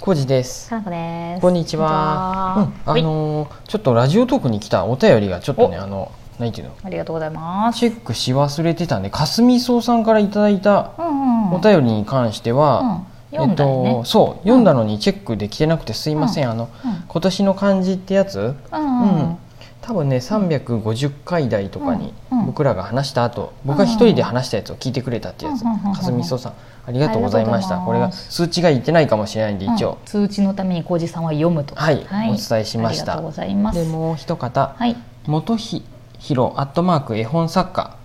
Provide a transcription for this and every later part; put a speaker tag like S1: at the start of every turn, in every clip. S1: コウジです。
S2: かなこです。
S1: こんにちは。うん、
S2: こん
S1: あ
S2: にちは
S1: のーちょっとラジオトークに来たお便りがちょっとね、
S2: お
S1: あの、なんていうの、
S2: はいありがとうございます。
S1: チェックし忘れてたんで、かすみそうさんからいただいた
S2: うんうん。
S1: お便りに関しては、
S2: うん読んだよね
S1: えっと、そう、読んだのにチェックできてなくてすいません。あの、今年の漢字ってやつ、
S2: うん
S1: う
S2: うんん。
S1: 多分ね、350回台とかに
S2: うんうん
S1: 僕らが話した後、僕が一人で話したやつを聞いてくれたってやつ、
S2: うんうんうんうん
S1: かすみそうさん、ありがとうございました。
S2: ありがとう
S1: こ
S2: ご
S1: れ
S2: ざい
S1: が
S2: ます
S1: 数値がいってないかもしれないんで、一応
S2: うん。通知のために浩二さんは読むと。
S1: はいお伝えしました
S2: ありがとうございます。
S1: でもう一方、
S2: はい。
S1: 元ひひろアットマーク絵本作家、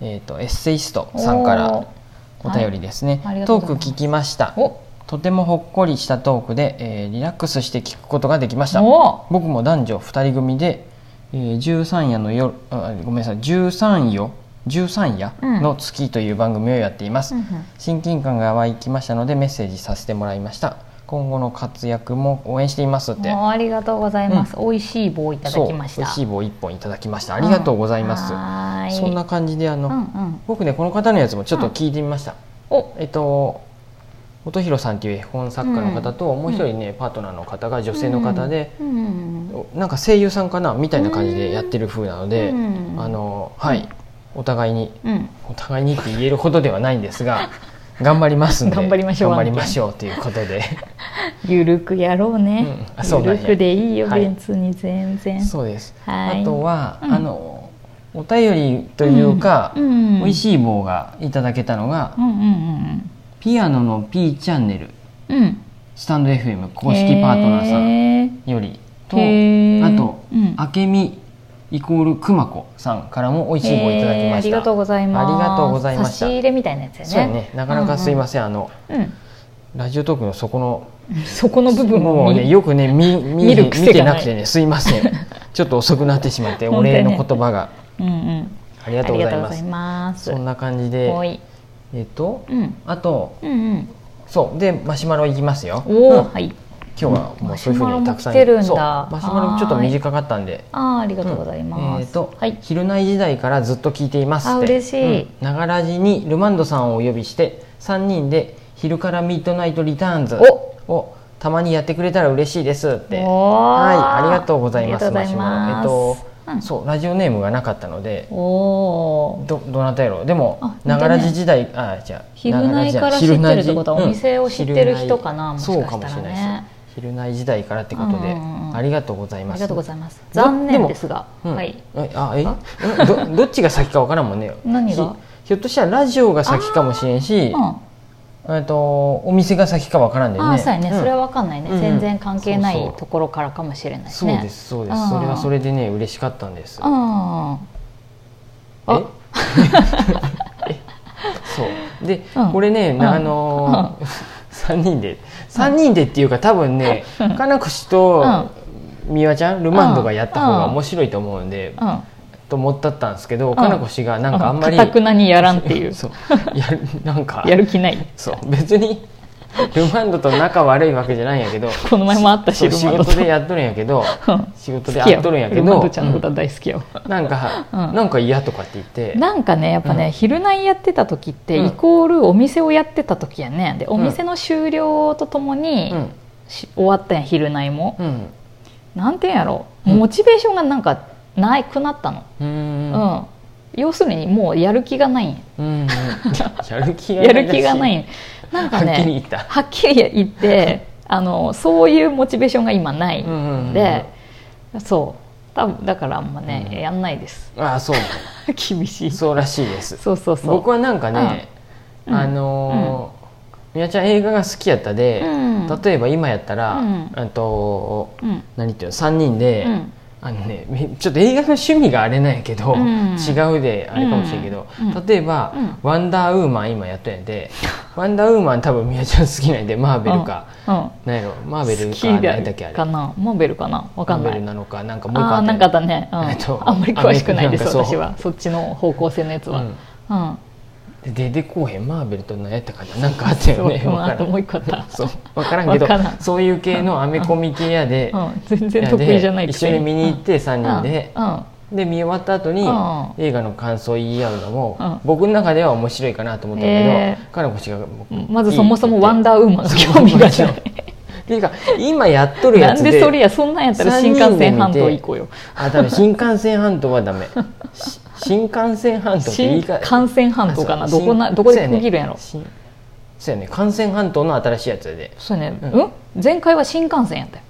S1: えー、とエッセイストさんからお
S2: おー
S1: 便りですね、
S2: はいありがと
S1: トー
S2: うご
S1: ク
S2: ざいます
S1: 聞きました
S2: お
S1: とてもほっこりしたトークで、えーリラックスして聞くことができました
S2: お
S1: 僕も男女2人組で、えー、13夜の夜あごめんなさい13夜13夜の月という番組をやっています、
S2: うんうん
S1: 親近感が湧きましたのでメッセージさせてもらいました今後の活躍も応援していますって
S2: おありがとうございます。美味しい棒いただきまし
S1: そう美
S2: た。
S1: 味しい棒一本いただきましたありがとうございます、
S2: うんはーい。
S1: そんな感じであの、
S2: うんうん。
S1: 僕ねこの方のやつもちょっと聞いてみました、
S2: お
S1: えっと音弘さんっていう絵本作家の方と、もう一人ね、パートナーの方が女性の方で、
S2: うんうん
S1: おなんか声優さんかなみたいな感じでやってる風なので、
S2: うん
S1: あのはい、お互いに
S2: うん。
S1: お互いにって言えるほどではないんですが頑張りますんで
S2: 頑張りましょう
S1: 頑張りましょうということ で
S2: ゆるくやろうね
S1: うんあそう。なん
S2: ゆ
S1: や
S2: るくでいいよ
S1: はい
S2: 別に全然。
S1: そうです、
S2: はい
S1: あとは、
S2: うん
S1: あのお便りというか、
S2: うん
S1: 美味しい棒がいただけたのが、
S2: うんうん
S1: ピアノの P チャンネル
S2: うんうん。
S1: スタンド FM 公式パートナーさん
S2: へー
S1: よりと
S2: へー
S1: あと、
S2: うん
S1: あけみイコールくまこさんからも美味しい棒いただきました、
S2: えーありがとうございます。
S1: ありがとうございました
S2: 差し入れみたいなやつよね。
S1: そうやねなかなかすいません、あの
S2: せん。うん、
S1: ラジオトークのそこの
S2: そこの部分
S1: も
S2: も
S1: うねよくね見見
S2: 見る
S1: 見
S2: 癖が
S1: て
S2: ない
S1: なくてねすいませ んちょっと遅くなってしまってお
S2: 本当やね
S1: 礼の言葉が
S2: うんうん。
S1: ありが
S2: あ
S1: とう
S2: り
S1: ご
S2: が
S1: ざ
S2: と
S1: いう
S2: ご
S1: ます
S2: ざいます。
S1: そんな感じ
S2: お
S1: で
S2: い。
S1: えっと
S2: うん。
S1: あと
S2: うんうん。
S1: そうでマシュマロいきますよ
S2: おお、
S1: うん
S2: はい。
S1: 今日はもうそういうふうにたくさん
S2: マシュマロも来てるんだ
S1: そうマシュマロちょっと短かったんで
S2: あーありがとうございます。
S1: えーと
S2: はい。
S1: 昼内時代からずっと聞いていますって
S2: あ嬉しい
S1: ながらじにルマンドさんをお呼びして3人で「昼からミッドナイトリターンズを」たまにやってくれたら嬉しいですってはいありがとうございますマシュマロえっと、そうラジオネームがなかったので
S2: おおー。
S1: どどなたやろうでも
S2: あ本当ね
S1: ながらじ時代あじゃあ
S2: 昼内
S1: ならじじゃ
S2: から
S1: 昼内
S2: 知ってるってことは
S1: うん
S2: お店を知ってる人かな
S1: 昼内そ
S2: もしかしたらね
S1: うかもしれないです昼内時代からってことで、
S2: うんうんうん
S1: ありがとうござい
S2: あ
S1: ま
S2: り
S1: す
S2: がとうございます。残
S1: でも
S2: 念ですが、
S1: うん
S2: はい。
S1: えあえ えどどっちが先かわからんもんね
S2: 何が
S1: ひひょっとしたらラジオが先かもしれんし
S2: うん。
S1: えっとお店が先かわからんでね
S2: ああ、そうやね。
S1: ん
S2: それはわかんないね。
S1: うんうん
S2: 全然関係な
S1: そう
S2: い
S1: そう
S2: ところからかもしれないね。
S1: そうですそうです
S2: うん
S1: それはそれでね嬉しかったんです
S2: うん。あ
S1: ええ そうで、
S2: うん
S1: これね、
S2: ん
S1: あのー 三人で三人でっていうか多分ね、金子と美和ちゃんルマンドがやった方が面白いと思うんで、
S2: うん。
S1: と思ったったんですけど、
S2: ん
S1: 金子氏がなんかあんまり、
S2: かたくなにやらんっていう
S1: そうやるなんか
S2: やる気ない
S1: そう別にルマンドと仲悪いわけじゃないんやけど
S2: この前もあったし
S1: そう
S2: ル
S1: 仕
S2: マンドと
S1: 事でやっとるんやけど
S2: うん
S1: 仕事でやっとるんやけ
S2: 好きよルマ
S1: ど
S2: ンドちゃんのことは大好きよ、
S1: うんなんか、
S2: うん
S1: なんか嫌とかって言って
S2: なんかねやっぱね、昼内やってた時って、
S1: うん
S2: イコールお店をやってた時やねでお店の終了とともに、
S1: うん
S2: し終わったやん昼内も、
S1: うん
S2: なんていうんやろ
S1: うん
S2: モチベーションがなんかないくなったの、
S1: うー
S2: うん
S1: ん
S2: 要するにもうやる気がないんや
S1: うんうんやる気が
S2: やる気がないん
S1: らし
S2: やなんか
S1: はっきり
S2: ね
S1: 言った
S2: はっきり言 ってあのそういうモチベーションが今ない、
S1: うんうんうん
S2: でそう多分だからあんまね、
S1: うん
S2: やんないです
S1: ああそう
S2: 厳しいそ
S1: そうらしいです
S2: うそうそう
S1: 僕はなんかね、
S2: うん
S1: あのーみやちゃん映画が好きやったで、
S2: うん
S1: 例えば今やったら、
S2: うん
S1: あと
S2: うん
S1: 何っていうの3人で、
S2: うん
S1: あのねめちょっと映画の趣味があれなんやけど、
S2: うん
S1: 違うであれかもしれんけど、
S2: うん
S1: 例えば、
S2: うん
S1: ワンダーウーマン」今やっとんやで「ワンダーウーマン」多分みやちゃん好きなんでマーベルか、
S2: うんうん
S1: なんやろマーベル
S2: 好
S1: か
S2: きだ
S1: 何だっけあれ
S2: かなモーベルかなわ
S1: マ
S2: かん
S1: ー
S2: な
S1: ベル
S2: い
S1: なのかなんかもう一個
S2: あ
S1: あ
S2: あ
S1: った
S2: な
S1: よね
S2: んかだね、うん
S1: えっと
S2: あんまり詳しくないです
S1: アメリカなんかそう
S2: 私はそっちの方向性のやつは、
S1: う
S2: うんん
S1: で出てこうへんマーベルと何やったかななんかあったよ ね
S2: そううん
S1: わから
S2: あともうん一個あった、
S1: そう分からんけど
S2: わからん
S1: そういう系のアメコミ系やで,、
S2: うん、全然得意じゃない
S1: で一緒に見に行って3人で、
S2: うんうん
S1: で見終わった後に、
S2: う
S1: 映画の感想言い合うのも、
S2: うん
S1: 僕の中では面白いかなと思ったけど、
S2: え
S1: かなこ氏がもう
S2: まずそもそも「ワン
S1: ダ
S2: ダーウーマン」の興味がない
S1: ていうか今やっとるや
S2: な
S1: つ
S2: ん
S1: で
S2: でそれやそんなんやったら新幹線半島行こうよ
S1: あダメ新幹線半島はダ メし新幹線半島って言
S2: 新
S1: いか
S2: 幹線半島かな
S1: あそう
S2: どこな
S1: 新
S2: どこで区切るんやろ
S1: そうやね新そうやね幹線半島の新しいやつやで
S2: そうやね、
S1: うん
S2: うん、前回は新幹線やったよ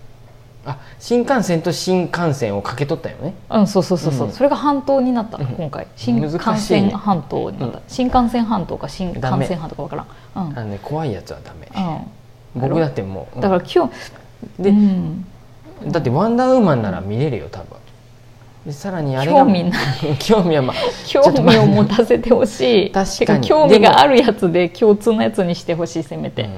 S1: あ新幹線と新幹線をかけとったよね
S2: うん、そうそうそうそう、
S1: うん
S2: それが半島になったの、
S1: うん
S2: 今回新
S1: 難しいね
S2: 幹線半島になった、
S1: うん
S2: 新幹線半島か新幹
S1: ダメ
S2: 線半島かわからん、うん
S1: あのね怖いやつはダメ
S2: うん、
S1: 僕だってもう、うん
S2: だから今日
S1: で
S2: うん
S1: だってワンダーウーマンなら見れるよ多分でさらにあれが
S2: 興味ない
S1: 興味はまあちょ
S2: 興
S1: っと待っ
S2: 味を
S1: て
S2: 持たせてほしい
S1: 確かに
S2: て興味があるやつで共通のやつにしてほしいせめて、
S1: うん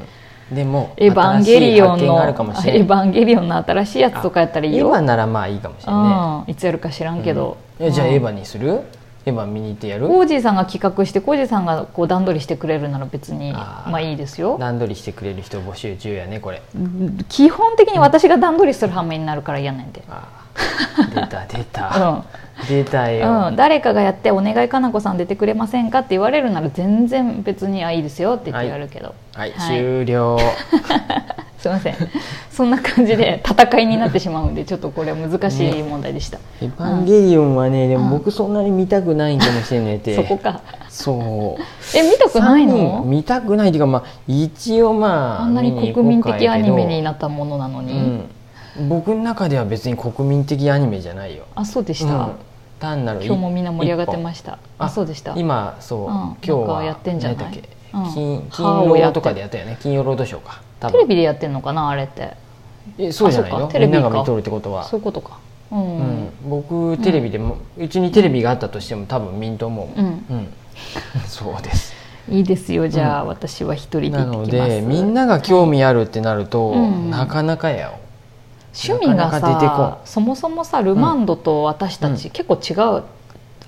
S1: でも
S2: エヴァンゲリオ
S1: 新しい発
S2: ン
S1: 見
S2: の
S1: があるかもし
S2: エ
S1: れ
S2: ヴ
S1: ない
S2: ァンゲリオンの新しいやつとかやったらいいよ
S1: 今ならまあいいかもしれな
S2: うん、いつやるか知らん
S1: い
S2: けど、
S1: うんえじゃあ
S2: うん
S1: エヴァにするエヴァ見に行ってやる
S2: コージーさんが企画してコージーさんがこう段取りしてくれるなら別に
S1: あー
S2: まあいいですよ
S1: 段取りしてくれる人募集中やねこれ
S2: 基本的に私が段取りする羽目になるから嫌なんで、
S1: あー出た出た
S2: う
S1: 出た
S2: んう
S1: よ
S2: ん、誰かがやって「お願いかなこさん出てくれませんか?」って言われるなら全然別に「あいいですよ」って言ってやるけど、
S1: はい
S2: はい
S1: 終 了
S2: すいませんそんな感じで戦いになってしまうんでちょっとこれは難しい問題でした、
S1: エヴァンゲリオンはねで
S2: うん
S1: も僕そんなに見たくないんかもしれないて
S2: そこか
S1: そう
S2: え見たくないの
S1: 見たくないっていうかまあ一応まあ
S2: あんなに
S1: 見
S2: 国民
S1: 行こうか
S2: 的アニメに
S1: や
S2: なったものなの
S1: け
S2: に、
S1: どうん、僕の中では別に国民的アニメじゃないよ
S2: あそうでした、
S1: うん単なる
S2: 今日もみんな盛り上がってま
S1: し
S2: したあそうでした
S1: 今そう、
S2: うん
S1: 今日
S2: なん
S1: は
S2: かやってんじゃない
S1: 何だっけ
S2: うん
S1: 金
S2: 歯
S1: 金
S2: をやっ
S1: 曜
S2: て
S1: とかでやったよね金曜ロードショーか多
S2: テレ
S1: 分
S2: ビでやってんのかなあれって
S1: えそうじゃない
S2: あそ
S1: の
S2: うかテ
S1: み
S2: レ
S1: ん
S2: ビか
S1: なが見とるってことは
S2: そういうことかうん、
S1: う
S2: うん
S1: ん、僕テレビでもうちにテレビがあったとしても多分見んと思ううん、 そうです
S2: いいですよじゃあ、
S1: うん
S2: 私は一人で
S1: な
S2: 行っ
S1: の
S2: てきます
S1: でみんなが興味あるってなると、
S2: うん
S1: なかなかやよ
S2: 趣味がさ
S1: なかなか出てこん
S2: そもそもさルマンドと私たち、
S1: うん
S2: 結構違う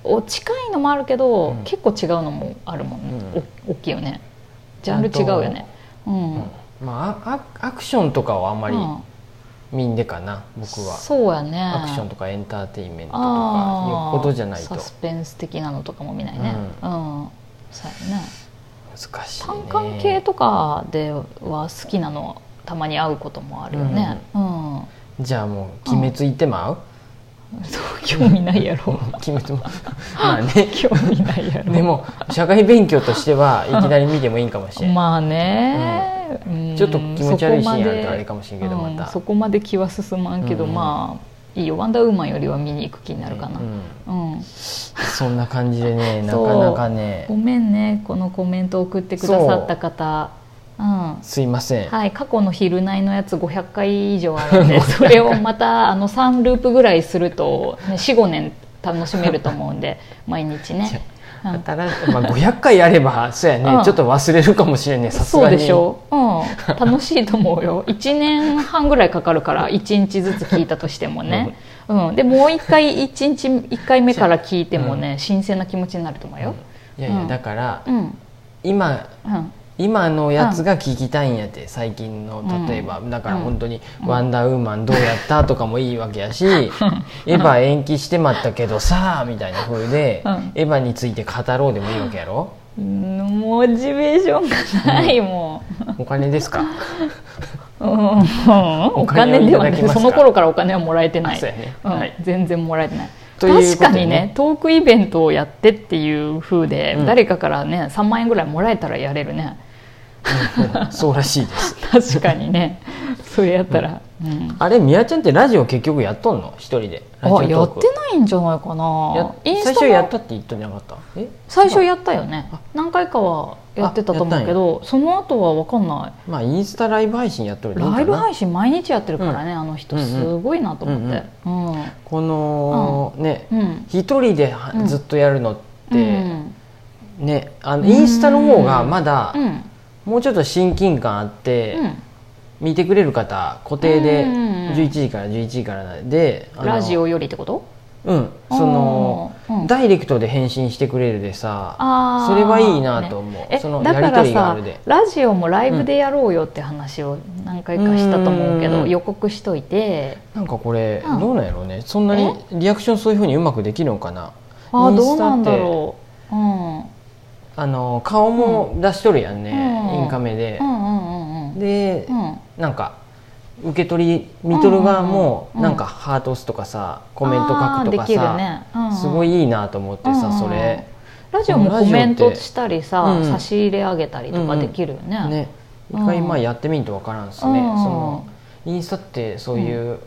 S2: お近いのもあるけど、
S1: うん
S2: 結構違うのもあるもんね、
S1: うん
S2: お大きいよねジャンル違うよねうん、
S1: まああアクションとかはあんまり
S2: うん
S1: 見んでかな、僕は
S2: そうやね
S1: アクションとかエンターテインメントとか
S2: あー
S1: よっぽどじゃないと
S2: サスペンス的なのとかも見ないねうん、そうやね
S1: 難しいね
S2: 単管系とかでは好きなのたまに会うこともあるよねうん、
S1: じゃあもう「鬼滅」行ってまう、
S2: そう興味ない やろ
S1: 鬼滅もまあね
S2: 興味ないやろ
S1: でも社会勉強としてはいきなり見てもいいんかもしれん、
S2: まあね、うん
S1: ちょっと気持ち悪いシーンあるとあれかもしれん
S2: そこ
S1: けど
S2: まで
S1: また
S2: うんそこまで気は進まんけど、
S1: うん
S2: まあいいよ「ワンダーウーマン」よりは見に行く気になるかな、
S1: う
S2: うん
S1: んそんな感じでねな
S2: そう
S1: かなかね
S2: ごめんねこのコメント送ってくださった方うん
S1: すいません、
S2: はい、過去の「昼内」のやつ500回以上あるん でそれをまたあの3ループぐらいすると、ね、45年楽しめると思うんで毎 日ね、うん
S1: 新しいまあ、500回やればそうやね、
S2: うん
S1: ちょっと忘れるかもしれんねさす
S2: そ
S1: が
S2: う
S1: に
S2: でしょう、うん、楽しいと思 うよ1年半ぐらいかかるから1日ずつ聞いたとしてもね、 うん、でもう1回1日1回目から聞いてもね、新鮮な気持ちになると思うよ、
S1: いやいや、
S2: うん
S1: だから
S2: うんうん
S1: 今今のやつが聞きたいんやって最近の例えば、だから本当に「ワンダーウーマンどうやった?」とかもいいわけやし「エヴァ延期してまったけどさ」みたいな風で、
S2: うん
S1: エヴァについて語ろう」でもいいわけやろ
S2: うんモチベーションがないもん
S1: お金です か
S2: うんお金ではな
S1: お金をいただき
S2: い
S1: ますか
S2: その頃からお金はもらえてな
S1: あ
S2: い
S1: そうやね
S2: うん
S1: はい
S2: 全然もらえてない
S1: という
S2: 確
S1: ことでね
S2: かにねトークイベントをやってっていう風で、
S1: うん
S2: 誰かからね3万円ぐらいもらえたらやれるね
S1: うんそうらしいです
S2: 確かにね それやったら、うん
S1: あれみやちゃんってラジオ結局やっとんの一人でラジオ
S2: あや
S1: ト
S2: っ
S1: ーク
S2: てないんじゃないかな
S1: や
S2: イン
S1: 最
S2: スタも
S1: 初やったって言っとんじゃなかったえ
S2: 最初
S1: 違う
S2: やったよね
S1: あ
S2: 何回かはやってたと思うけどその後は分かんない
S1: まあインスタライブ配信やっとるでいいんか
S2: ラ
S1: な
S2: イブ配信毎日やってるからね、あの人
S1: うんうん
S2: すごいなと思ってう
S1: この、ね
S2: んうん
S1: 一人では
S2: うん
S1: ずっとやるのって、
S2: うん
S1: ねあのインスタの方がまだ
S2: うん
S1: もうちょっと親近感あって、
S2: うん
S1: 見てくれる方固定で
S2: うんうんうん
S1: 11時から11時からであの
S2: ラジオよりってこと
S1: うんその、
S2: うん
S1: ダイレクトで返信してくれるでさ
S2: あー
S1: それはいいなと思う
S2: ねえ
S1: その
S2: だか
S1: やりと
S2: ら
S1: りがあ
S2: さ
S1: るで
S2: ラジオもライブでやろうよって話を何回かしたと思うけ
S1: うんうん
S2: ど
S1: うん
S2: 予告しといて
S1: なんかこれ、
S2: うん
S1: どうなんやろうねそんなにリアクションそういうふうにうまくできるのかな
S2: あ
S1: イ
S2: ー
S1: ン
S2: どう
S1: スタ
S2: な
S1: っ
S2: ん
S1: て
S2: だろううん
S1: あの顔も出しとるやんね、
S2: うん
S1: インカメで
S2: う、んうんうんうん
S1: で、
S2: うん
S1: なんか受け取り見とる側もなんかハート押すとかさコメント書くと
S2: あー
S1: か
S2: でき
S1: さ、
S2: るねうんうん
S1: すごいいいなと思って
S2: う
S1: さ
S2: んうん
S1: それ、
S2: ラジオもコメン
S1: ラジオっ
S2: ト
S1: て
S2: したりさ、
S1: うん
S2: 差し入れあげたりとかできるよね,、
S1: ね
S2: うん
S1: 一回まあやってみんとわからんっすね、
S2: うん
S1: そのインスタってそういう、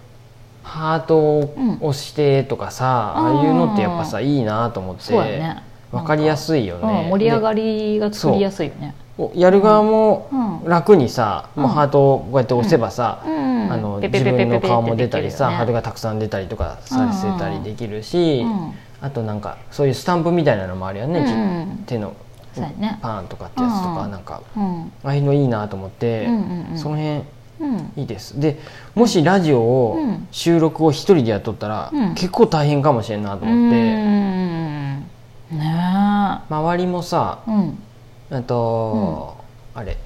S1: ハートを押してとかさ、
S2: うん
S1: ああいうのってやっぱさいいなと思って
S2: そうやね
S1: わかりやすいよ
S2: い
S1: ね、
S2: うん、盛り上が
S1: で
S2: りが作りやすいよね
S1: おやる側も
S2: うん
S1: 楽にさ、
S2: うん
S1: もうハートをこうやって押せばさ、
S2: うん
S1: あの
S2: ペ
S1: 自
S2: ペペペ
S1: 分の
S2: ペペペって
S1: 顔も出たりさ、
S2: できるよね
S1: ハートがたくさん出たりとかさせたりできるし、
S2: うん
S1: あとなんかそういうスタンプみたいなのもあるよね、ち
S2: うん
S1: 手の
S2: そうやね
S1: パーンとかってやつとか、
S2: うん
S1: なんか
S2: うん
S1: ああいうのいいなと思って、
S2: うんうんうん
S1: その辺
S2: うん
S1: いいですでもしラジオを
S2: うん
S1: 収録を一人でやっとったら、
S2: うん
S1: 結構大変かもしれんなと
S2: う
S1: 思って、
S2: んね
S1: 周りもさ
S2: えうん
S1: あと、あれ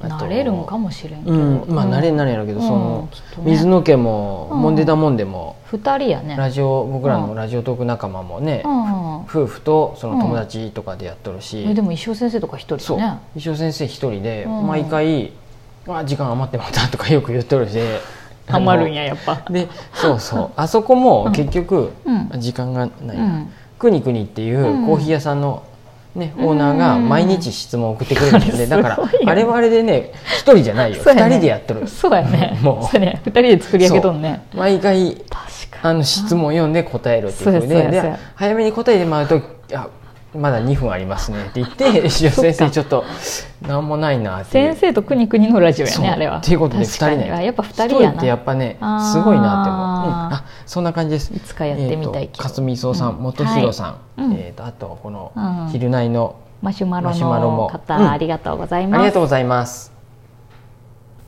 S1: あと
S2: 慣れるんかもしれんけ
S1: う
S2: ど、
S1: んまあ慣れん
S2: な
S1: なれやろうけど、
S2: うん
S1: その、
S2: きっとね
S1: 水野家も、
S2: うん
S1: もんでだもんでも
S2: 2人やね
S1: ラジオ僕ら
S2: う
S1: の
S2: ん
S1: ラジオトーク仲間もね、
S2: うん
S1: 夫婦とその友達とかでやっとるし、
S2: えでも一生先生とか一人
S1: そう、
S2: ね
S1: 一生先生一人で
S2: うん
S1: 毎回「あ時間余ってもうた」とかよく言っと るし
S2: ハマるんややっぱ
S1: あのでそうそうあそこも結局、
S2: うん
S1: 時間が
S2: う
S1: ないな、
S2: ん
S1: くにくにっていうコーヒー屋さんの、ねオーナーが毎日質問を送ってくれるんで、
S2: うん
S1: だから
S2: すごいよね
S1: あれはあれでね一人じゃないよ
S2: そう
S1: 二、
S2: やね
S1: 人でやってる
S2: そうやね
S1: もう
S2: そうやね2人で作り上げとんね
S1: 毎回
S2: 確か
S1: あの質問読んで答えろっていうふう
S2: そうやそう
S1: で
S2: やそう
S1: で
S2: や
S1: 早めに答えてもらうと「あまだ2分ありますね」って言 って「石尾先生ちょっと何もないな」っていう
S2: 先生と国国のラジオや
S1: そう
S2: ねあれは
S1: っていうことで二
S2: 確
S1: 人
S2: かに
S1: ね
S2: やっぱ2人や
S1: 一人ってや
S2: な
S1: っぱね
S2: あー
S1: すごいなって思う、うんあそんな感じです
S2: いつかやってみた
S1: え
S2: い
S1: ー
S2: け
S1: と
S2: ど
S1: かすみそうさん、
S2: うん
S1: 元弘さん、
S2: はいうん
S1: えーとあとこ
S2: うん
S1: の「昼内の
S2: マシュマロ
S1: マシュマロ
S2: の
S1: も
S2: 方
S1: うん
S2: ありがとうござい
S1: あ
S2: ま
S1: り
S2: す
S1: がとうございます